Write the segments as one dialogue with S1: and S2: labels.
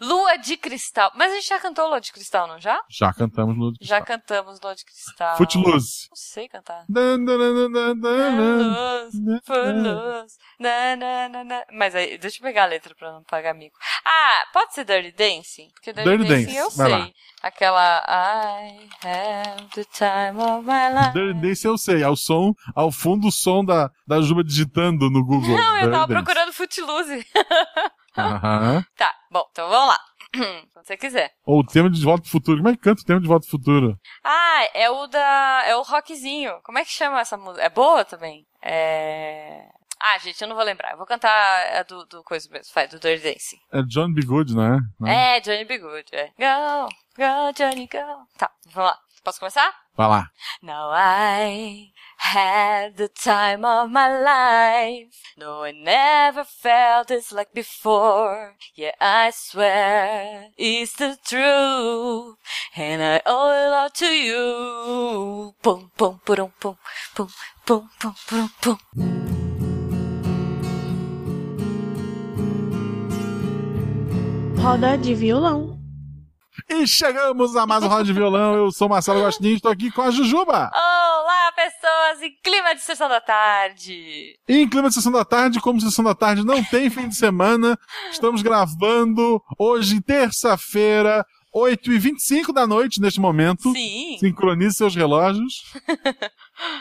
S1: Lua de Cristal. Mas a gente já cantou Lua de Cristal, não já?
S2: Já cantamos Lua de
S1: Já
S2: Cristal.
S1: cantamos Lua de Cristal.
S2: Footloose.
S1: Não sei cantar.
S2: Dan, dan, dan, dan, dan, dan.
S1: É Luz, por luz, na, na, na, na. Mas aí, deixa eu pegar a letra pra não pagar mico. Ah, pode ser Dirty Dancing? Porque Dirty,
S2: Dirty
S1: Dancing
S2: Dancing,
S1: eu
S2: vai
S1: sei.
S2: lá.
S1: Aquela I have the time of my life.
S2: Dirty Dance eu sei, ao som, ao fundo o som da, da Juba digitando no Google.
S1: Não, eu
S2: Dirty
S1: tava
S2: Dance.
S1: procurando Footloose.
S2: Aham.
S1: Tá, bom, então vamos lá. Quando você quiser.
S2: Ou o tema de Volta pro Futuro. Como é que canta o tema de Volta pro Futuro?
S1: Ah, é o da. É o rockzinho. Como é que chama essa música? É boa também? É. Ah, gente, eu não vou lembrar. Eu vou cantar a do, do coisa mesmo, vai, do Dirty Dancing.
S2: É John B. Good, né? Né?
S1: É, Johnny B. Good, é. Go, go, Johnny, go. Tá, vamos lá. Posso começar?
S2: Vai lá.
S1: Now I had the time of my life. No, I never felt this like before. Yeah, I swear it's the truth. And I owe it all to you. Pum, pum, pum, pum, pum, pum, pum, pum, pum.
S3: Roda de violão.
S2: E chegamos a mais um round de violão. Eu sou Marcelo Gostinho, estou aqui com a Jujuba.
S1: Olá, pessoas em clima de sessão da tarde.
S2: E em clima de sessão da tarde, como sessão da tarde não tem fim de semana, estamos gravando hoje, terça-feira, 8h25 da noite, neste momento.
S3: Hum.
S1: Sim.
S2: Sincronize seus relógios.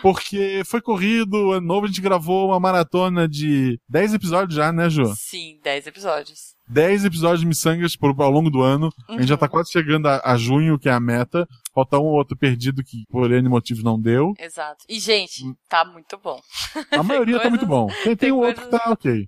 S2: Porque foi corrido, ano novo, a gente gravou uma maratona de 10 episódios já, né, Ju?
S1: Sim, 10 episódios.
S2: 10 episódios de Missangas por, ao longo do ano. A gente já
S1: Uhum.
S2: tá quase chegando a, a junho, que é a meta. Falta um ou outro perdido que por N motivos não deu.
S1: Exato. E, gente,
S2: Hum.
S1: tá muito bom.
S2: A maioria tá
S1: coisas-
S2: muito bom. Tem, tem,
S1: tem
S2: um outro que
S1: coisas-
S2: tá ok.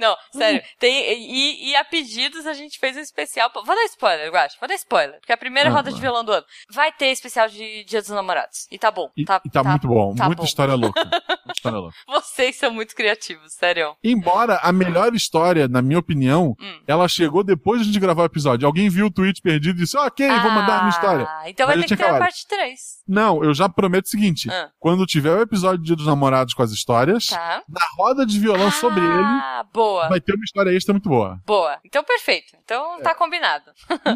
S1: Não, sério,
S2: Hum.
S1: tem. E, e a pedidos a gente fez um especial. Vou dar spoiler, eu acho. Vou dar spoiler. Porque é a primeira
S2: Ah,
S1: roda
S2: vai.
S1: de violão do ano. Vai ter especial de Dia dos Namorados. E tá bom.
S2: E e tá, muito bom.
S1: tá
S2: Muita
S1: bom.
S2: história louca. Muita história louca.
S1: Vocês são muito criativos, sério.
S2: Embora a melhor história, na minha opinião,
S1: Hum.
S2: ela chegou depois de a gente gravar o episódio. Alguém viu o tweet perdido e disse, ok, vou mandar a minha história.
S1: Ah, Então
S2: Mas
S1: vai ter
S2: eu
S1: que
S2: tinha
S1: ter a
S2: acabado.
S1: parte 3.
S2: Não, eu já prometo o seguinte.
S1: Ah.
S2: Quando tiver o episódio de Dia dos Namorados com as histórias,
S1: Tá.
S2: na roda de violão Então, sobre ele,
S1: Ah, boa.
S2: vai É. ter uma história extra muito boa.
S1: Boa. Então, perfeito. Então, tá combinado.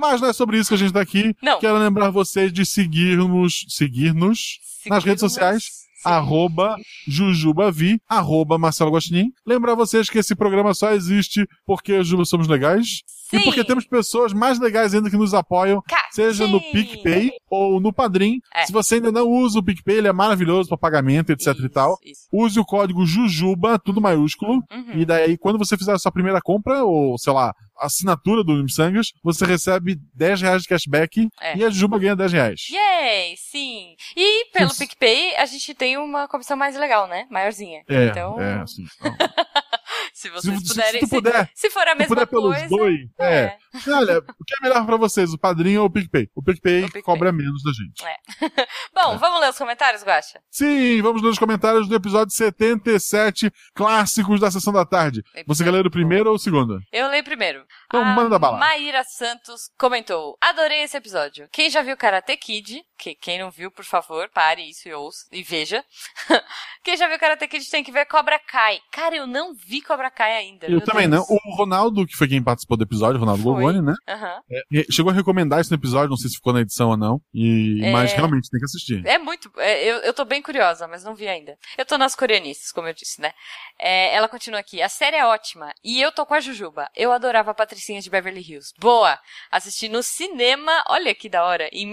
S2: Mas não é sobre isso que a gente tá aqui.
S1: Não.
S2: Quero lembrar vocês de seguirmos, seguir-nos nas
S1: Seguimos.
S2: redes sociais. Ah,
S1: Sim.
S2: Arroba Jujubavi, arroba Marcelo Guaxinim. Lembrar vocês que esse programa só existe porque eu e a Juba somos legais.
S1: Sim.
S2: E porque temos pessoas mais legais ainda que nos apoiam,
S1: Ca-
S2: seja no
S1: sim.
S2: PicPay ou no Padrim.
S1: É.
S2: Se você ainda não usa o PicPay, ele é maravilhoso para pagamento, etc e tal.
S1: Isso, isso.
S2: Use o código JUJUBA, tudo maiúsculo,
S1: Uhum.
S2: e daí, quando você fizer a sua primeira compra, ou sei lá, assinatura do Missangas, você recebe 10 reais de cashback
S1: É.
S2: e a Juba ganha 10 reais.
S1: Yay, sim. E pelo
S2: Isso.
S1: PicPay, a gente tem uma comissão mais legal, né? Maiorzinha.
S2: É,
S1: então,
S2: é, assim. Então,
S1: se vocês
S2: se- se
S1: puderem,
S2: tu puder-
S1: se for a
S2: se
S1: mesma
S2: puder pelos
S1: coisa,
S2: dois, é.
S1: é.
S2: Olha, o que é melhor pra vocês, o padrinho ou o PicPay? O PicPay,
S1: O PicPay.
S2: cobra menos da gente. É.
S1: Bom, vamos ler os comentários, Guaxa?
S2: Sim, vamos nos comentários do episódio 77, clássicos da sessão da tarde. Você quer ler o primeiro ou o segundo?
S1: Eu leio primeiro.
S2: Então
S1: a
S2: manda bala.
S1: Maíra Santos comentou: Adorei esse episódio. Quem já viu Karate Kid, que quem não viu, por favor, pare isso e ouça e veja. quem já viu Karate Kid tem que ver Cobra Kai. Cara, eu não vi Cobra Kai ainda.
S2: Eu também não. O Ronaldo, que foi quem participou do episódio, o Ronaldo
S1: Foi.
S2: Gorgoni, né?
S1: não.
S2: E Chegou a recomendar esse episódio, não sei se ficou na edição ou não. E...
S1: É.
S2: Mas realmente tem que assistir.
S1: É muito. é, eu, eu tô bem curiosa, mas não vi ainda. Eu tô nas coreanistas, como eu disse, né? É, ela continua aqui. A série é ótima. E eu tô com a Jujuba. Eu adorava a Patricinha de Beverly Hills. Boa! Assisti no cinema, olha que da hora, em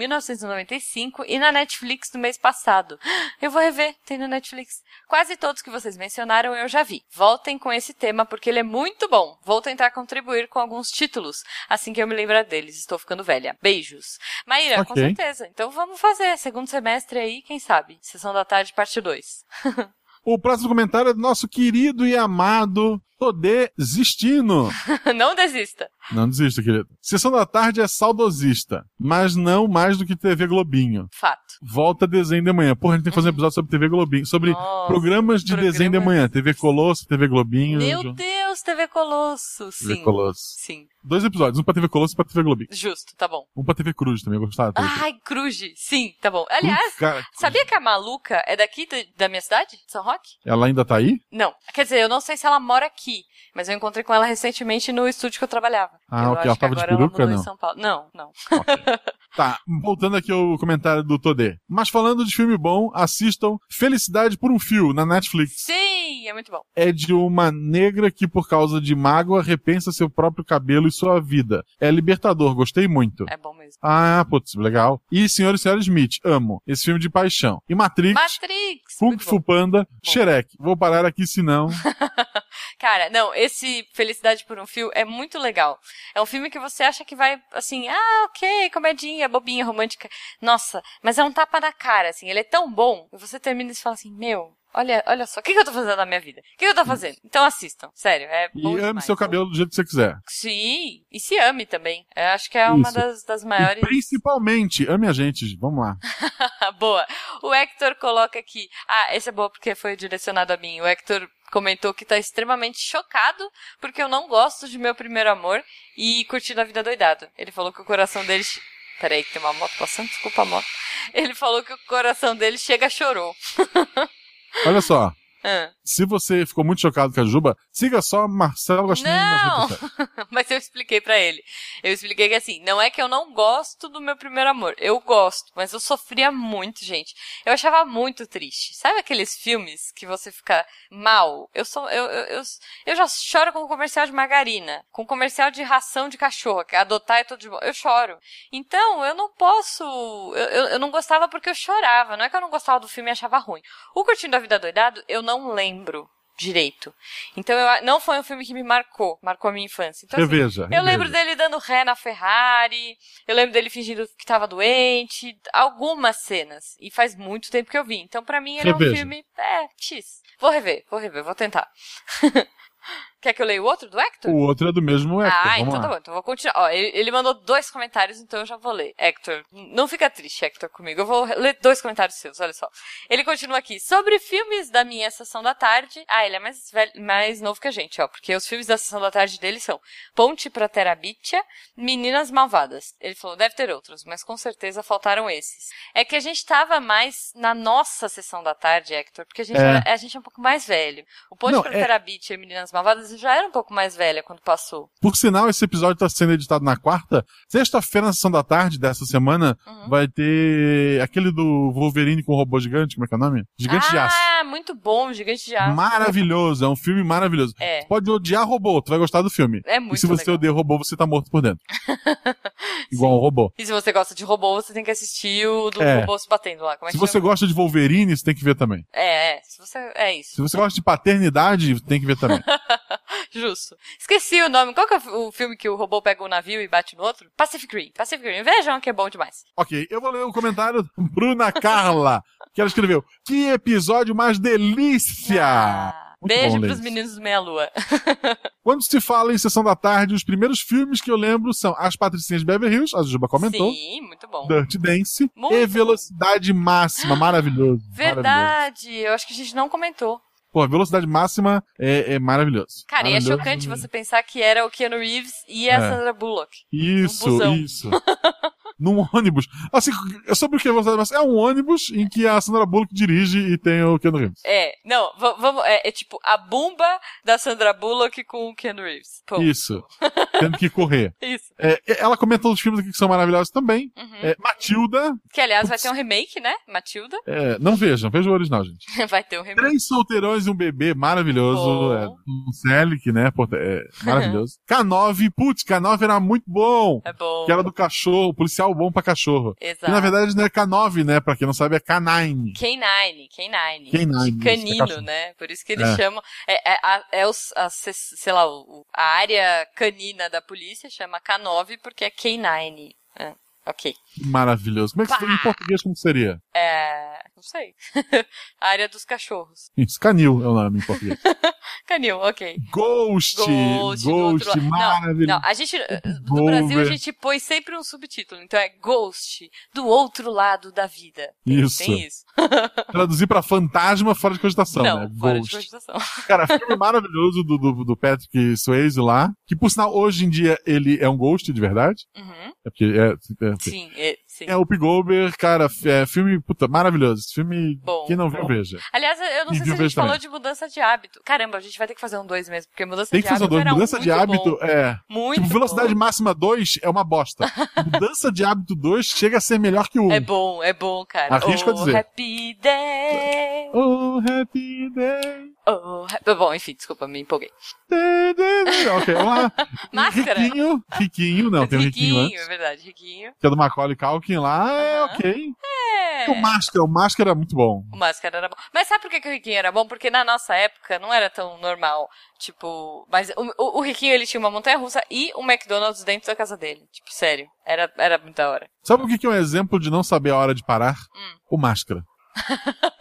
S1: 1995 e na Netflix do mês passado. Eu vou rever, tem na Netflix. Quase todos que vocês mencionaram eu já vi. Voltem com esse tema porque ele é muito bom. Vou tentar contribuir com alguns títulos assim que eu me lembrar deles. Estou ficando velha. Beijos. Maíra, com
S2: Ok.
S1: certeza. Então vamos fazer. Segundo semestre aí, quem sabe? Sessão da tarde, parte 2.
S2: O próximo comentário é do nosso querido e amado Todê Zistino.
S1: Não desista.
S2: Não desista, querido. Sessão da Tarde é saudosista, mas não mais do que TV Globinho.
S1: Fato.
S2: Volta desenho de manhã. Porra, a gente tem que fazer um episódio sobre TV Globinho, sobre
S1: Uhum. Nossa,
S2: programas de
S1: programas-
S2: desenho de manhã. TV Colosso, TV Globinho.
S1: Meu
S2: Ju-
S1: Deus, Deus, TV Colosso. Sim.
S2: TV Colosso.
S1: Sim.
S2: Dois episódios, um pra TV Colosso e um pra TV Globinho.
S1: Justo, tá bom.
S2: Um pra TV Cruz também, eu gostava. da TV Cruz. Um
S1: Ai, Cruz. Sim, tá bom. Aliás,
S2: Cara,
S1: sabia que a maluca é daqui do- da minha cidade? de São Roque?
S2: ela ainda tá aí?
S1: Não. Quer dizer, eu não sei se ela mora aqui, mas eu encontrei com ela recentemente no estúdio que eu trabalhava.
S2: Ah,
S1: eu
S2: ok,
S1: acho
S2: ela
S1: que
S2: tava de
S1: agora ela
S2: peruca,
S1: mudou em
S2: não?
S1: São Paulo. Não, não.
S2: Tá, voltando aqui ao comentário do Todê. Mas falando de filme bom, assistam Felicidade por um Fio na Netflix.
S1: Sim, é muito bom.
S2: É de uma negra que, por causa de mágoa, repensa seu próprio cabelo e sua vida. É libertador, gostei muito.
S1: É bom mesmo.
S2: Ah, putz, legal. E Senhor e Senhora Smith, amo. Esse filme de paixão. E Matrix,
S1: Matrix!
S2: Kung
S1: muito bom.
S2: Fu Panda, Shrek. Vou parar aqui senão.
S1: Cara, não, esse Felicidade por um Fio é muito legal. É um filme que você acha que vai, assim, ah, ok, comedinha, bobinha, romântica. Nossa, mas é um tapa na cara, assim, ele é tão bom. E você termina e você fala assim, meu, olha, olha só, o que, que eu tô fazendo na minha vida? O que, que eu tô fazendo? Então assistam, sério, é
S2: E
S1: bom
S2: ame
S1: demais.
S2: seu cabelo do jeito que você quiser.
S1: Sim, e se ame também. Eu acho que é uma
S2: Isso.
S1: das, das
S2: E
S1: maiores...
S2: principalmente, ame a gente. Vamos lá.
S1: boa. O Hector coloca aqui. Ah, esse é boa porque foi direcionado a mim. O Hector comentou que tá extremamente chocado porque eu não gosto de meu primeiro amor e curtindo a vida doidado. Ele falou que o coração dele. che- Peraí, que tem uma moto passando, desculpa a moto. Ele falou que o coração dele chega chorou.
S2: Olha só.
S1: Ah,
S2: Se você ficou muito chocado com a Juba, siga só Marcelo Gostinho nas redes
S1: Não!
S2: sociais.
S1: mas eu expliquei pra ele. Eu expliquei que assim, não é que eu não gosto do meu primeiro amor. Eu gosto, mas eu sofria muito, gente. Eu achava muito triste. Sabe aqueles filmes que você fica mal? Eu sou, eu, eu, eu, eu já choro com o comercial de margarina, com o comercial de ração de cachorro, que é adotar é tudo de bom. Eu choro. Então, eu não posso. Eu, eu, eu não gostava porque eu chorava. Não é que eu não gostava do filme e achava ruim. O Curtindo a Vida Doidado, eu não lembro direito. Então, eu, a- não foi um filme que me marcou, marcou a minha infância. Então, assim,
S2: Reveja.
S1: eu
S2: reveja.
S1: lembro dele dando ré na Ferrari, eu lembro dele fingindo que tava doente, algumas cenas. E faz muito tempo que eu vi. Então, pra mim, ele é um
S2: Reveja.
S1: filme. É, X. Vou rever, vou rever, vou tentar. Quer que eu leia o outro do Hector?
S2: O outro é do mesmo Hector.
S1: ah,
S2: Vamos
S1: então
S2: lá.
S1: tá bom, então vou continuar. Ó, ele, ele mandou dois comentários, então eu já vou ler. Hector, n- não fica triste, Hector, comigo. Eu vou re- ler dois comentários seus, olha só. Ele continua aqui. Sobre filmes da minha sessão da tarde. Ah, ele é mais, velho, mais novo que a gente, ó. Porque os filmes da sessão da tarde dele são Ponte pra Terabitia, Meninas Malvadas. Ele falou, deve ter outros, mas com certeza faltaram esses. É que a gente tava mais na nossa sessão da tarde, Hector, porque a gente,
S2: É.
S1: era- a gente é um pouco mais velho. O Ponte
S2: Não,
S1: pra
S2: é-
S1: Terabitia e Meninas Malvadas eu já era um pouco mais velha quando passou.
S2: Por sinal, esse episódio está sendo editado na quarta. Sexta-feira, na sessão da tarde dessa semana,
S1: Uhum.
S2: vai ter aquele do Wolverine com o robô gigante, como é que é o nome? Gigante de Aço.
S1: Ah, muito bom, Gigante de Aço.
S2: Maravilhoso, é um filme maravilhoso.
S1: É,
S2: Pode odiar robô, tu vai gostar do filme.
S1: é
S2: e
S1: muito
S2: se você
S1: legal.
S2: odeia robô, você tá morto por dentro. Igual um robô.
S1: E se você gosta de robô, você tem que assistir o do
S2: É.
S1: robô se batendo lá. Como é
S2: Se
S1: que
S2: você
S1: chama?
S2: gosta de Wolverine, você tem que ver também.
S1: É, é. Se você... É isso.
S2: Se você gosta de paternidade, tem que ver também.
S1: Justo. Esqueci o nome. Qual que é o filme que o robô pega um navio e bate no outro? Pacific Rim. Pacific Rim. Vejam que é bom demais.
S2: ok, eu vou ler o comentário da Bruna Carla, que ela escreveu. Que episódio mais delícia!
S1: Ah,
S2: Muito
S1: Beijo
S2: bom,
S1: pros
S2: Leis.
S1: meninos do Meia Lua.
S2: Quando se fala em Sessão da Tarde, os primeiros filmes que eu lembro são As Patricinhas de Beverly Hills, a Juba comentou,
S1: Sim, muito bom.
S2: Dirty Dance
S1: Muito
S2: e
S1: bom.
S2: Velocidade Máxima. Maravilhoso. maravilhoso.
S1: Verdade. Eu acho que a gente não comentou.
S2: Pô, Velocidade Máxima é, é maravilhoso.
S1: Cara, e é
S2: Maravilhoso.
S1: chocante você pensar que era o Keanu Reeves e a
S2: É.
S1: Sandra Bullock. num
S2: Isso,
S1: um busão.
S2: isso. Num ônibus. Assim, sobre o que é Velocidade Máxima? É um ônibus em que a Sandra Bullock dirige e tem o Keanu Reeves.
S1: É, não, va- vamos. É, é tipo a bomba da Sandra Bullock com o Ken Reeves. Pô,
S2: Isso. Tendo que correr.
S1: isso.
S2: É, ela comenta outros filmes aqui que são maravilhosos também.
S1: Uhum.
S2: É, Matilda.
S1: Que aliás vai ter um remake, né? Matilda
S2: É, não vejam, vejam o original, gente.
S1: vai ter um remake.
S2: Três solteirões e um bebê, maravilhoso.
S1: Bom.
S2: É, um Selic, né? pô, é, maravilhoso. K9, putz, K9 era muito bom.
S1: É bom.
S2: Que era do cachorro, policial bom pra cachorro. Que
S1: Exato.
S2: na verdade não é K9, né? Pra quem não sabe, é K9.
S1: K9, K9.
S2: K9,
S1: De
S2: isso, é
S1: canino,
S2: cachorro.
S1: né? Por isso que eles
S2: É.
S1: chamam. É, é, a, é os, a, se- sei lá, o- a área canina da polícia chama K9 porque é K9. Ah, ok.
S2: Maravilhoso. Como é
S1: Pá!
S2: que em português como seria?
S1: É, Não sei. a área dos cachorros.
S2: Isso, Canil é o nome em português.
S1: Canil, ok.
S2: Ghost! Ghost,
S1: Ghost, do outro lado.
S2: maravilhoso.
S1: Não, a gente.
S2: é
S1: eh, No
S2: Over.
S1: Brasil a gente põe sempre um subtítulo. Então é Ghost, do outro lado da vida. Tem-
S2: Isso.
S1: Tem isso.
S2: Traduzir pra fantasma fora de cogitação,
S1: Não,
S2: né?
S1: fora de
S2: Ghost.
S1: cogitação.
S2: Cara, filme maravilhoso do, do, do Patrick Swayze lá. Que, por sinal, hoje em dia ele é um ghost de verdade.
S1: Uhum.
S2: É porque é, é,
S1: Sim, é, sim.
S2: é o Pigober, cara, f- é filme, puta, maravilhoso. Esse Filme,
S1: Bom,
S2: quem não
S1: bom.
S2: viu, veja.
S1: Aliás, eu não
S2: E
S1: sei se
S2: viu
S1: a
S2: vez
S1: gente falou
S2: também.
S1: de mudança de hábito. Caramba, a gente vai ter que fazer um dois mesmo, porque mudança
S2: Tem
S1: de
S2: que fazer
S1: hábito.
S2: um dois.
S1: era
S2: Mudança de
S1: muito
S2: hábito,
S1: bom.
S2: é.
S1: Muito
S2: Tipo, velocidade
S1: bom.
S2: máxima 2 é uma bosta. Mudança de hábito 2 chega a ser melhor que o 1. Um.
S1: É bom, é bom, cara.
S2: Arrisco a
S1: oh,
S2: dizer.
S1: Happy day.
S2: Oh, happy day.
S1: Oh, ha- Bom, enfim, desculpa, me empolguei.
S2: day, day, day. Ok, vamos lá.
S1: Máscara.
S2: Riquinho, Riquinho, não, tem o Riquinho
S1: riquinho,
S2: antes.
S1: é verdade, riquinho.
S2: Que é do Macaulay Culkin lá, é
S1: Aham.
S2: ok.
S1: É.
S2: O Máscara, o Máscara é muito bom.
S1: O máscara era bom. Mas sabe por que, que o riquinho era bom? Porque na nossa época não era tão normal. Tipo, mas o, o, o riquinho ele tinha uma montanha russa e um McDonald's dentro da casa dele. Tipo, sério. Era, era muito da hora.
S2: Sabe o que que é um exemplo de não saber a hora de parar?
S1: Hum.
S2: O Máscara.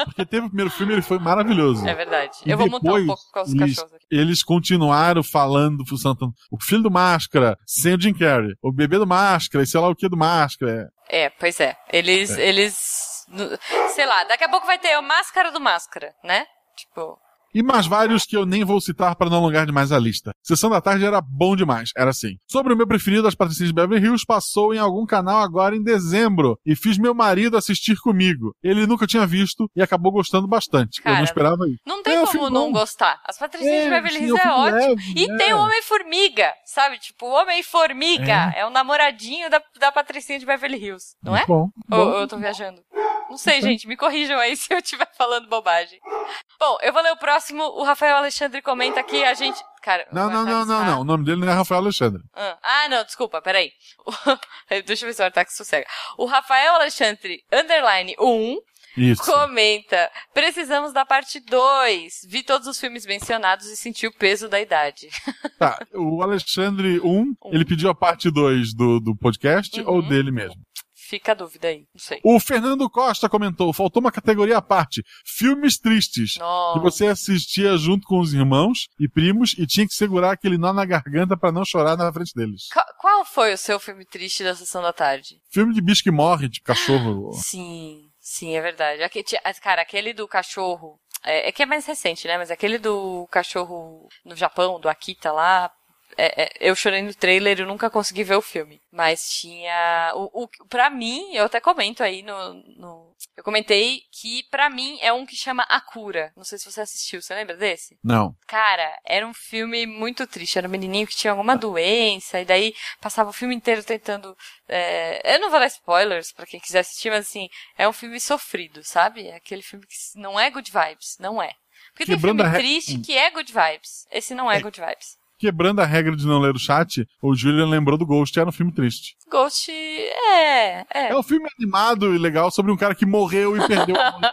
S2: Porque teve o primeiro filme, ele foi maravilhoso.
S1: É verdade.
S2: E
S1: Eu vou montar
S2: depois,
S1: um pouco com os
S2: eles-
S1: cachorros aqui.
S2: Eles continuaram falando pro Santana. O filho do Máscara, sem o Jim Carrey. O bebê do Máscara, e sei lá o que do Máscara.
S1: É, pois é. Eles. Eles. nu- Sei lá, daqui a pouco vai ter o máscara do máscara, né? Tipo.
S2: E mais vários que eu nem vou citar para não alongar demais a lista. Sessão da Tarde era bom demais, era assim. Sobre o meu preferido, As Patricinhas de Beverly Hills, passou em algum canal agora em dezembro e fiz meu marido assistir comigo. Ele nunca tinha visto e acabou gostando bastante. eu não
S1: Cara,
S2: esperava isso.
S1: Não tem
S2: É, o
S1: como
S2: filme
S1: não
S2: bom.
S1: gostar. As Patricinhas de Beverly
S2: sim,
S1: Hills
S2: eu
S1: é
S2: fico
S1: ótimo.
S2: leve,
S1: E
S2: né?
S1: tem o Homem-Formiga, sabe? Tipo, o Homem-Formiga é. o namoradinho da, da Patricinha de Beverly Hills, não é?
S2: Muito Bom, então.
S1: Ou
S2: bom.
S1: ou eu tô viajando? Não sei, gente, me corrijam aí se eu estiver falando bobagem. Bom, eu vou ler o próximo. O Rafael Alexandre comenta aqui, a gente. Cara,
S2: Não,
S1: o
S2: não, não,
S1: Atax
S2: não,
S1: tá-
S2: não. O nome dele não é Rafael Alexandre.
S1: Ah, ah, não, desculpa, peraí. Deixa eu ver se o Artax sossega. O Rafael Alexandre, underline 1,
S2: Isso.
S1: Comenta. Precisamos da parte 2. Vi todos os filmes mencionados e senti o peso da idade.
S2: Tá, o Alexandre 1, ele pediu a parte 2 do, do podcast
S1: Um. Uhum.
S2: ou dele mesmo?
S1: Fica a dúvida aí. Não sei.
S2: O Fernando Costa comentou, faltou uma categoria à parte, filmes tristes. Que
S1: Nossa.
S2: você assistia junto com os irmãos e primos e tinha que segurar aquele nó na garganta pra não chorar na frente deles.
S1: Ca- Qual foi o seu filme triste da sessão da tarde?
S2: Filme de bicho que morre, de cachorro.
S1: Sim, sim, é verdade. Aque- ti- ah, Cara, aquele do cachorro. É, é que é mais recente, né? Mas aquele do cachorro no Japão, do Akita lá. é- é- eu chorei no trailer e eu nunca consegui ver o filme. Mas tinha. O, o, pra mim, eu até comento aí no, no- Eu comentei que pra mim é um que chama A Cura. Não sei se você assistiu, você lembra desse?
S2: Não.
S1: Cara, era um filme muito triste. Era um menininho que tinha alguma doença, e daí passava o filme inteiro tentando. é, Eu não vou dar spoilers pra quem quiser assistir, mas assim, é um filme sofrido, sabe? É aquele filme que s- não é good vibes, não é. Porque tem
S2: Quebrando
S1: filme
S2: a Tipo, re- Hum.
S1: triste que é good vibes. Esse não é good vibes.
S2: Quebrando a regra de não ler o chat, o Julian lembrou do Ghost, era um filme triste.
S1: Ghost é. é.
S2: É um filme animado e legal sobre um cara que morreu e perdeu a mão.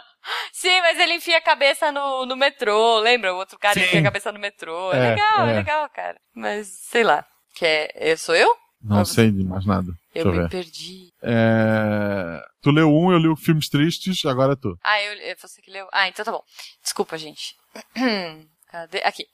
S1: Sim, mas ele enfia a cabeça no, no metrô, lembra? O outro cara
S2: Sim.
S1: enfia a cabeça no metrô. É,
S2: É,
S1: legal, é.
S2: é.
S1: legal, cara. Mas sei lá. Que é. Eu sou eu?
S2: Não sei de mais nada.
S1: Eu
S2: Deixa eu
S1: me
S2: ver.
S1: perdi.
S2: É... Tu leu um, eu li o Filmes Tristes, agora é tu.
S1: Ah, eu, é você que leu. Ah, então tá bom. Desculpa, gente. Cadê? Aqui.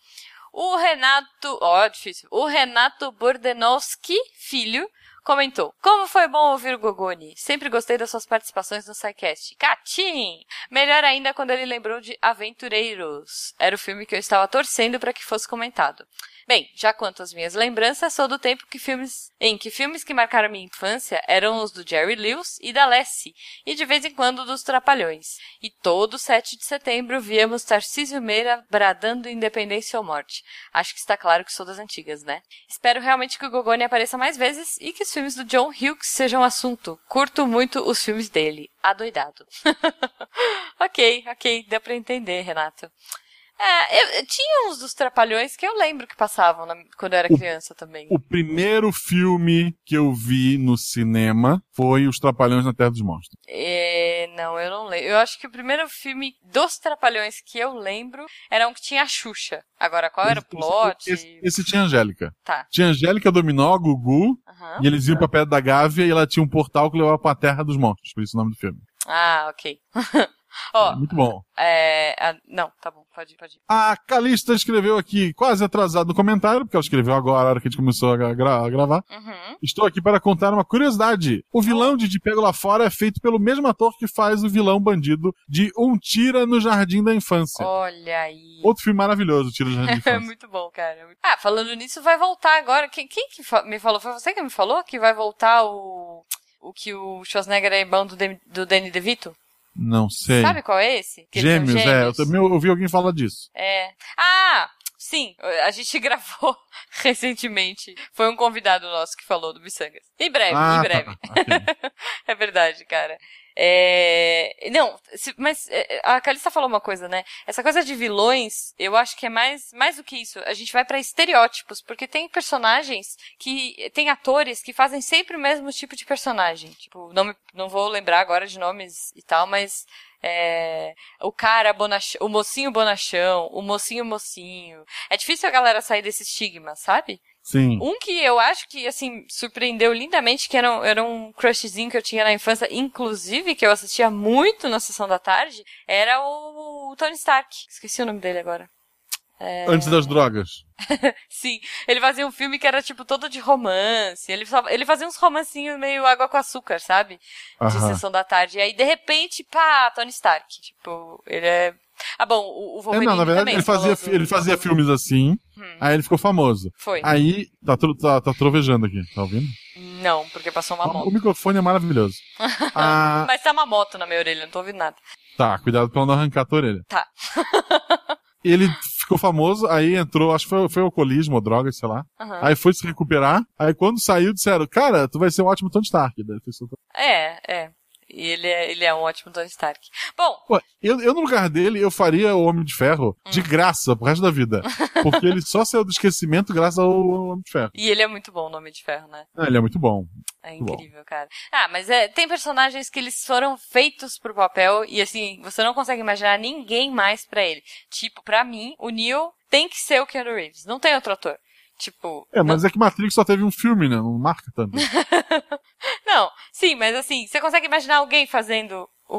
S1: O Renato. Ó, difícil. O Renato Bordenowski, filho, comentou: Como foi bom ouvir o Gogoni. Sempre gostei das suas participações no SciCast. Catim! Melhor ainda quando ele lembrou de Aventureiros. Era o filme que eu estava torcendo para que fosse comentado. Bem, já quanto às minhas lembranças, sou do tempo que filmes, em que filmes que marcaram minha infância eram os do Jerry Lewis e da Lassie, e de vez em quando dos Trapalhões. E todo 7 de setembro víamos Tarcísio Meira bradando Independência ou Morte. Acho que está claro que sou das antigas, né? Espero realmente que o Gogoni apareça mais vezes e que os filmes do John Hughes sejam um assunto. Curto muito os filmes dele. Adoidado. ok, ok, deu pra entender, Renato. É, eu, eu tinha uns dos Trapalhões que eu lembro que passavam na- quando eu era
S2: O-
S1: criança também.
S2: O primeiro filme que eu vi no cinema foi Os Trapalhões na Terra dos Monstros.
S1: É, não, eu não lembro. Eu acho que o primeiro filme dos Trapalhões que eu lembro era um que tinha a Xuxa. Agora, qual era o plot?
S2: Esse, esse tinha Angélica.
S1: Tá.
S2: Tinha Angélica, Dominó, Gugu,
S1: Aham.
S2: e eles iam pra Pedra da Gávea e ela tinha um portal que levava pra Terra dos Monstros, por isso o nome do filme.
S1: Ah, ok. Ó,
S2: Muito bom.
S1: é. ah, não, tá bom, pode ir, pode ir.
S2: A Calista escreveu aqui, quase atrasado no comentário, porque ela escreveu agora, a hora que a gente começou a, gra- a gravar.
S1: Uhum.
S2: Estou aqui para contar uma curiosidade. O vilão de De Pego Lá Fora é feito pelo mesmo ator que faz o vilão bandido de Um Tira no Jardim da Infância.
S1: Olha aí.
S2: Outro filme maravilhoso, Tira no Jardim da
S1: É
S2: Infância.
S1: Oh. muito bom, cara. Ah, falando nisso, vai voltar agora. Quem, quem que fa- me falou? Foi você que me falou que vai voltar o. O que o Schwarzenegger é irmão do, Dem- do Danny DeVito?
S2: Não sei.
S1: Sabe qual é esse? Que eles são
S2: gêmeos, é. Eu também ouvi alguém falar disso.
S1: É. Ah! Sim, a gente gravou recentemente. Foi um convidado nosso que falou do Missangas. Em breve,
S2: ah,
S1: em
S2: tá,
S1: breve.
S2: tá, ok.
S1: É verdade, cara. É... Não, se- mas é, a Calista falou uma coisa, né? Essa coisa de vilões, eu acho que é mais, mais do que isso. A gente vai pra estereótipos, porque tem personagens que. Tem atores que fazem sempre o mesmo tipo de personagem. Tipo, não, me- não vou lembrar agora de nomes e tal, mas. é, o cara bonachão, o mocinho bonachão, o mocinho mocinho. É difícil a galera sair desse estigma, sabe?
S2: Sim.
S1: Um que eu acho que, assim, surpreendeu lindamente, que era um, era um crushzinho que eu tinha na infância, inclusive, que eu assistia muito na sessão da tarde, era o, o Tony Stark. Esqueci o nome dele agora. É.
S2: Antes das drogas.
S1: Sim, ele fazia um filme que era, tipo, todo de romance. Ele, só- ele fazia uns romancinhos meio água com açúcar, sabe? de
S2: Aham.
S1: sessão da tarde. E aí, de repente, pá, Tony Stark. Tipo, ele é... Ah, bom, o, o
S2: É,
S1: Wolverine
S2: não, na verdade,
S1: também
S2: ele fazia,
S1: falou do-
S2: ele fazia filmes assim,
S1: Hum.
S2: aí ele ficou famoso.
S1: Foi.
S2: Aí, tá, tro- tá, tá trovejando aqui, tá ouvindo?
S1: Não, porque passou uma
S2: O
S1: moto.
S2: microfone é maravilhoso. Ah,
S1: Mas tá uma moto na minha orelha, não tô ouvindo nada.
S2: tá, cuidado pra não arrancar a tua orelha.
S1: Tá.
S2: Ele ficou famoso, aí entrou, acho que foi, foi alcoolismo ou drogas, sei lá.
S1: Aham.
S2: Aí foi se recuperar. Aí quando saiu, disseram, cara, tu vai ser um ótimo Tony Stark. Daí ele fez o-
S1: É, é. E ele é, ele é um ótimo Tony Stark. Bom,
S2: Pô, eu, eu no lugar dele, eu faria o Homem de Ferro
S1: Hum.
S2: de graça pro resto da vida. Porque ele só saiu do esquecimento graças ao Homem de Ferro.
S1: e ele é muito bom, o Nome de Ferro, né?
S2: Ah, ele é muito bom.
S1: É
S2: Muito bom.
S1: incrível, cara. Ah, mas é, tem personagens que eles foram feitos pro papel e assim, você não consegue imaginar ninguém mais pra ele. Tipo, pra mim, o Neil tem que ser o Keanu Reeves, não tem outro ator. Tipo,
S2: É, mas é que Matrix só teve um filme, né? Não marca tanto.
S1: Não, sim, mas assim, você consegue imaginar alguém fazendo o.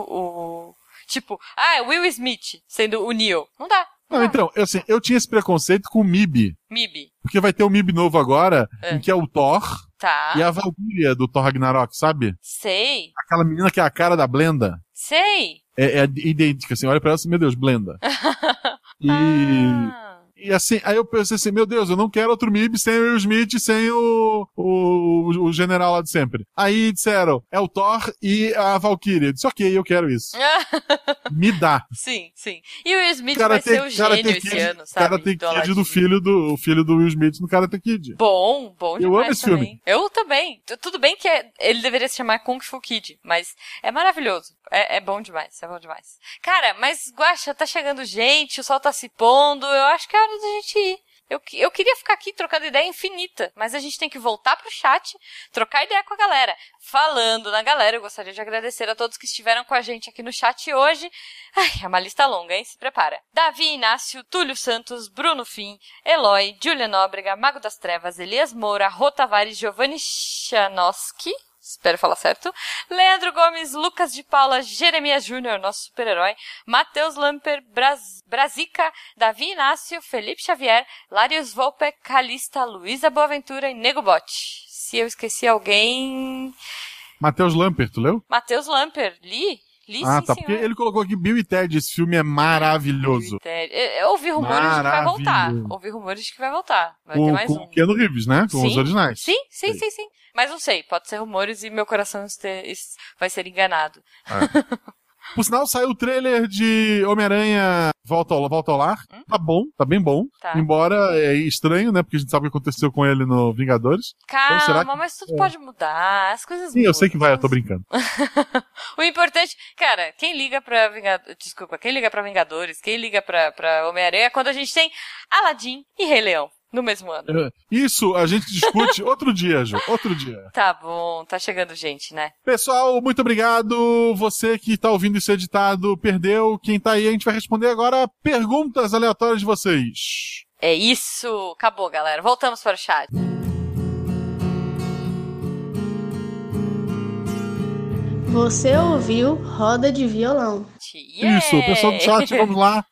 S1: o- tipo, ah, é Will Smith sendo o Neil. Não dá.
S2: Não, então, eu, assim, eu tinha esse preconceito com o MIB.
S1: Mib.
S2: Porque vai ter um MIB novo agora,
S1: É.
S2: em que é o Thor
S1: Tá.
S2: e a Valkyria do Thor Ragnarok, sabe?
S1: Sei.
S2: Aquela menina que é a cara da Blenda.
S1: Sei.
S2: É, é idêntica, assim, olha pra ela assim, meu Deus, Blenda. E,
S1: Ah.
S2: e assim, aí eu pensei assim, meu Deus, eu não quero outro MIB sem o Will Smith, sem o, o, o general lá de sempre. Aí disseram, é o Thor e a Valkyria. Eu disse, ok, eu quero isso. Me dá.
S1: Sim, sim. E o Will Smith vai
S2: Karate-
S1: ser o gênio
S2: Karate
S1: esse
S2: Kid-
S1: ano, sabe?
S2: Karate Kid
S1: Aladdin.
S2: do filho do, o filho do Will Smith no Karate Kid.
S1: Bom, bom
S2: Eu
S1: demais
S2: amo esse
S1: também.
S2: filme.
S1: Eu também. Tu- Tudo bem que é- ele deveria se chamar Kung Fu Kid, mas é maravilhoso. É, é bom demais, é bom demais. Cara, mas Guaxa, tá chegando gente, o sol tá se pondo, eu acho que é hora da gente ir. Eu, que- eu queria ficar aqui trocando ideia infinita, mas a gente tem que voltar pro chat, trocar ideia com a galera. Falando na galera, eu gostaria de agradecer a todos que estiveram com a gente aqui no chat hoje. Ai, é uma lista longa, hein? Se prepara. Davi Inácio, Túlio Santos, Bruno Fim, Eloy, Júlia Nóbrega, Mago das Trevas, Elias Moura, Rô Tavares, Giovanni Chanoski, espero falar certo, Leandro Gomes, Lucas de Paula, Jeremias Júnior, nosso super-herói, Matheus Lamper, Braz, Brazica, Davi Inácio, Felipe Xavier, Larios Volpe, Calista, Luísa Boaventura e Nego Bote. Se eu esqueci alguém...
S2: Matheus Lamper, tu leu?
S1: Matheus Lamper, li? Li,
S2: ah,
S1: sim,
S2: tá.
S1: senhor.
S2: Porque ele colocou aqui Bill e Ted, esse filme é maravilhoso.
S1: Critério. Eu, eu ouvi rumores de que vai voltar.
S2: Maravilhoso.
S1: Ouvi rumores de que vai voltar. Vai ter
S2: Com,
S1: mais
S2: com
S1: um.
S2: o Keanu Reeves, né? Com os
S1: Sim.
S2: originais.
S1: Sim, sim, sim, sim. Mas não sei, pode ser rumores e meu coração este- es- vai ser enganado.
S2: Por sinal, saiu o trailer de Homem-Aranha Volta ao, Volta ao Lar. Tá bom, tá bem bom.
S1: Hum? Tá.
S2: Embora é estranho, né? Porque a gente sabe o que aconteceu com ele no Vingadores.
S1: Calma,
S2: Então, será que- é?
S1: mas tudo pode mudar, as coisas
S2: Sim, eu sei que vai, eu tô
S1: mudam.
S2: brincando.
S1: O importante, cara, quem liga pra Vingadores, desculpa, quem liga pra Vingadores, quem liga pra, pra Homem-Aranha é quando a gente tem Aladdin e Rei Leão no mesmo ano.
S2: É, Isso a gente discute outro dia, Ju. Outro dia.
S1: Tá bom, tá chegando gente, né?
S2: Pessoal, muito obrigado. Você que tá ouvindo isso editado, perdeu. Quem tá aí, a gente vai responder agora perguntas aleatórias de vocês.
S1: É isso, acabou, galera. Voltamos para o chat.
S3: Você ouviu Roda de Violão.
S1: gente. Yay!
S2: Isso, pessoal do chat, vamos lá.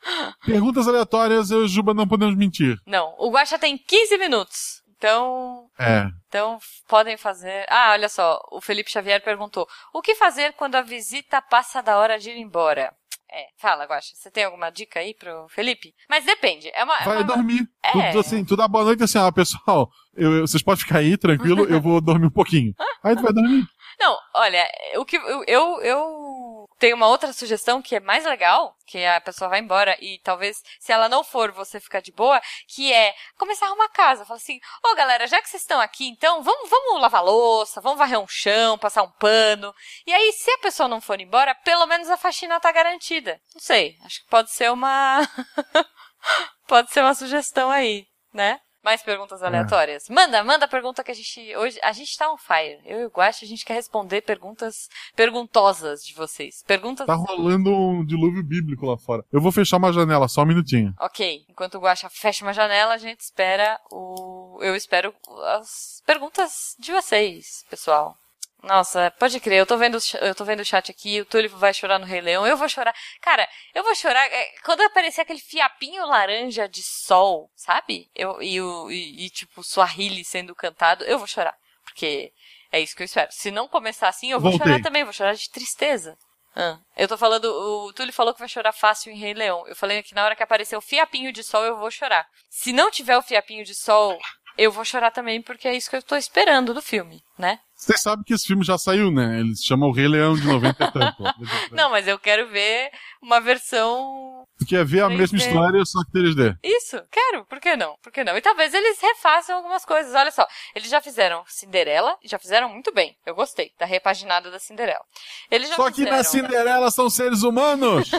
S2: Perguntas aleatórias, eu e o Juba não podemos mentir.
S1: Não, o Guaxa tem 15 minutos. Então,
S2: É.
S1: então podem fazer. Ah, olha só, o Felipe Xavier perguntou: "O que fazer quando a visita passa da hora de ir embora?" É, fala, Guaxa, você tem alguma dica aí pro Felipe? Mas depende, é uma, é
S2: Vai
S1: uma-
S2: dormir.
S1: É.
S2: Tu, tu, assim, tu dá boa noite assim, ó, pessoal. eu- eu- vocês podem ficar aí, tranquilo, eu vou dormir um pouquinho. Aí tu vai dormir.
S1: Não, olha, o que eu, eu, eu tenho uma outra sugestão que é mais legal, que é a pessoa vai embora e talvez, se ela não for, você ficar de boa, que é começar a arrumar a casa. Fala assim, ô galera, já que vocês estão aqui, então, vamos, vamos lavar louça, vamos varrer um chão, passar um pano. E aí, se a pessoa não for embora, pelo menos a faxina tá garantida. Não sei, acho que pode ser uma... pode ser uma sugestão aí, né? Mais perguntas aleatórias. Manda, manda a pergunta que a gente hoje. A gente tá on fire. Eu e o Guache, a gente quer responder perguntas perguntosas de vocês. Perguntas.
S2: Tá rolando um dilúvio bíblico lá fora. Eu vou fechar uma janela, só um minutinho.
S1: Ok. Enquanto o Guacha fecha uma janela, a gente espera o. Eu espero as perguntas de vocês, pessoal. Nossa, pode crer, eu tô vendo, o cha- eu tô vendo o chat aqui, o Túlio vai chorar no Rei Leão, eu vou chorar. Cara, eu vou chorar é, quando aparecer aquele fiapinho laranja de sol, sabe? Eu, e, o, e, e tipo, Swahili sendo cantado, eu vou chorar. Porque é isso que eu espero. Se não começar assim, eu vou
S2: Voltei.
S1: chorar também, vou chorar de tristeza. Ah, eu tô falando, o Túlio falou que vai chorar fácil em Rei Leão. Eu falei que na hora que aparecer o fiapinho de sol, eu vou chorar. Se não tiver o fiapinho de sol, eu vou chorar também, porque é isso que eu tô esperando do filme, né?
S2: Vocês sabem que esse filme já saiu, né? Ele se chama O Rei Leão de 90 e tanto.
S1: Não, mas eu quero ver uma versão.
S2: Tu quer ver a
S1: 3D.
S2: mesma história, só que 3D.
S1: Isso, quero, por que não? Por que não? E talvez eles refaçam algumas coisas. Olha só, eles já fizeram Cinderela, e já fizeram muito bem. Eu gostei da repaginada da Cinderela. Eles já
S2: Só que na
S1: fizeram-
S2: Cinderela são seres humanos!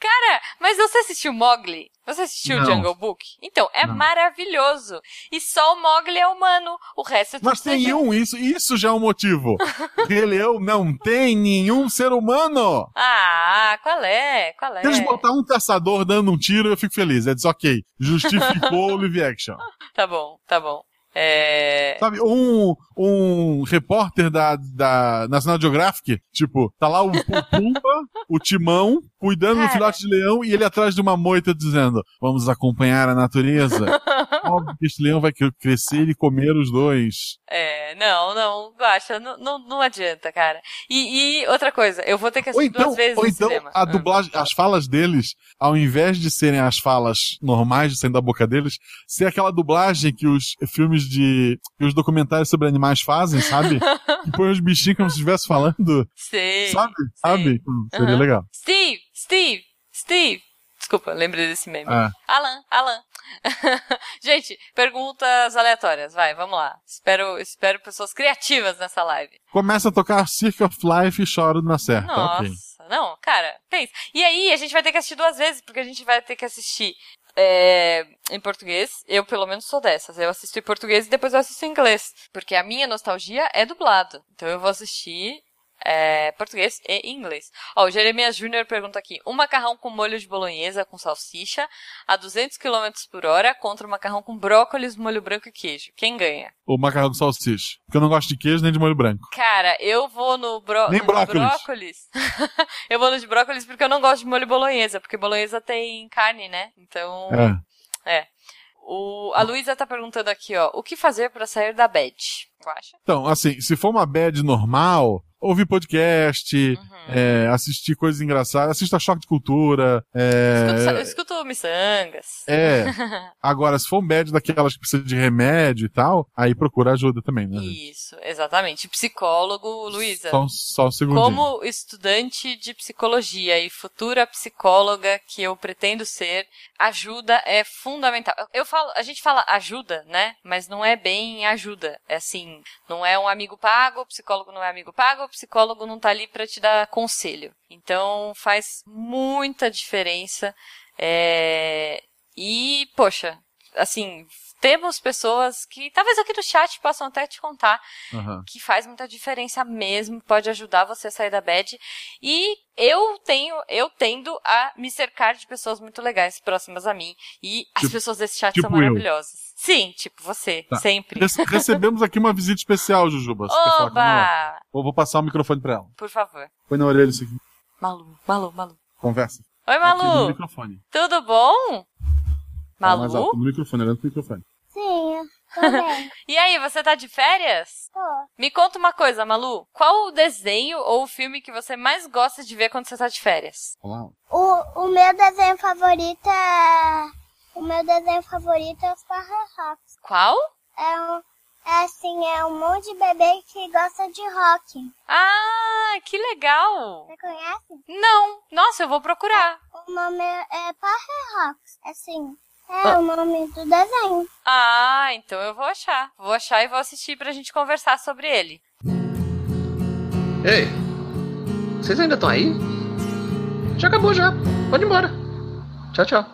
S1: Cara, mas você assistiu Mogli? Você assistiu
S2: Não.
S1: Jungle Book? Então, é
S2: Não.
S1: maravilhoso. E só o Mogli é humano, o resto é tudo
S2: Mas tem
S1: CG.
S2: um, isso, isso já é um motivo. Rei Leão não tem nenhum ser humano!
S1: Ah, qual é? Qual é?
S2: Se eles botar um caçador dando um tiro, eu fico feliz. É diz, ok, justificou o live action.
S1: Tá bom, tá bom. É...
S2: Sabe, um, um repórter da, da National Geographic, tipo, tá lá o, o Pumba, o Timão, cuidando do
S1: Cara.
S2: filhote de leão e ele atrás de uma moita dizendo, vamos acompanhar a natureza. Óbvio que este leão vai cre- crescer e comer os dois.
S1: É, não, não, Guaxa, não, não, não adianta, cara. E, e outra coisa, eu vou ter que
S2: Ou
S1: assistir
S2: então,
S1: duas vezes
S2: ou
S1: no
S2: então
S1: cinema.
S2: a
S1: Ah.
S2: dublagem, as falas deles, ao invés de serem as falas normais de saindo da boca deles, ser aquela dublagem que os filmes de. que os documentários sobre animais fazem, sabe? que põe os bichinhos como se estivesse falando,
S1: Ah, Sei.
S2: sabe? Sabe? Hum, seria
S1: Aham.
S2: legal.
S1: Steve, Steve, Steve. Desculpa, lembrei desse meme.
S2: É.
S1: Alan, Alan. Gente, perguntas aleatórias, vai, vamos lá. Espero, espero pessoas criativas nessa live.
S2: Começa a tocar Circle of Life e choro na certa.
S1: Nossa,
S2: É, tá ok.
S1: não, cara, pensa. E aí, a gente vai ter que assistir duas vezes, porque a gente vai ter que assistir é, em português. Eu, pelo menos, sou dessas. Eu assisto em português e depois eu assisto em inglês. Porque a minha nostalgia é dublado. Então eu vou assistir. é, português e inglês. Ó, o Jeremias Júnior pergunta aqui: um macarrão com molho de bolonhesa com salsicha a 200 km por hora contra um macarrão com brócolis, molho branco e queijo. Quem ganha?
S2: O macarrão com salsicha. Porque eu não gosto de queijo nem de molho branco.
S1: Cara, eu vou no, bró
S2: Nem
S1: no
S2: brócolis.
S1: brócolis. eu vou no de brócolis porque eu não gosto de molho bolonhesa, porque bolonhesa tem carne, né? Então,
S2: É.
S1: o, a Luísa tá perguntando aqui, ó, o que fazer pra sair da bad? Tu acha?
S2: Então, assim, se for uma bad normal, ouvir podcast,
S1: Uhum.
S2: é, assistir coisas engraçadas, assista Choque de Cultura.
S1: Escuto, eu
S2: É,
S1: escuto miçangas.
S2: é. Agora, se for um bad daquelas que precisa de remédio e tal, aí procura ajuda também, né?
S1: Isso, exatamente. Psicólogo, Luísa.
S2: Só, um- só um segundinho.
S1: Como estudante de psicologia e futura psicóloga que eu pretendo ser, ajuda é fundamental. Eu falo, a gente fala ajuda, né? Mas não é bem ajuda. É assim, não é um amigo pago, o psicólogo não é amigo pago, o psicólogo não tá ali pra te dar conselho. Então faz muita diferença. É... E, poxa, assim, temos pessoas que talvez aqui no chat possam até te contar
S2: Aham.
S1: que faz muita diferença mesmo, pode ajudar você a sair da bad. E eu tenho, eu tendo a me cercar de pessoas muito legais próximas a mim. E as
S2: Tipo-
S1: pessoas desse chat
S2: tipo
S1: são
S2: eu.
S1: maravilhosas. Sim, tipo você,
S2: Tá.
S1: sempre.
S2: Rece- recebemos aqui uma visita especial, Jujuba. Você quer falar com ela?
S1: Oba!
S2: Vou, vou passar o microfone pra ela.
S1: Por favor.
S2: Põe na orelha isso aqui.
S1: Malu, Malu, Malu.
S2: Conversa.
S1: Oi,
S2: Aqui no Tá,
S1: Malu.
S2: microfone.
S1: Tudo bom?
S2: Fala mais alto,
S1: Malu?
S2: no microfone, olhando pro microfone.
S3: Sim, tô bem.
S1: E aí, você tá de férias?
S3: tô.
S1: Me conta uma coisa, Malu. Qual o desenho ou o filme que você mais gosta de ver quando você tá de férias?
S2: Olá.
S3: O, o meu desenho favorito é... O meu desenho favorito é os Pararrafos.
S1: Qual?
S3: É, um, é assim, é um monte de bebê que gosta de rock.
S1: Ah, que legal!
S3: Você conhece?
S1: Não, nossa, eu vou procurar.
S3: O nome é Pararrafos. Assim, é o nome do desenho.
S1: Ah, então eu vou achar. Vou achar e vou assistir pra gente conversar sobre ele.
S4: Ei, vocês ainda estão aí? Já acabou já. Pode ir embora. Tchau, tchau.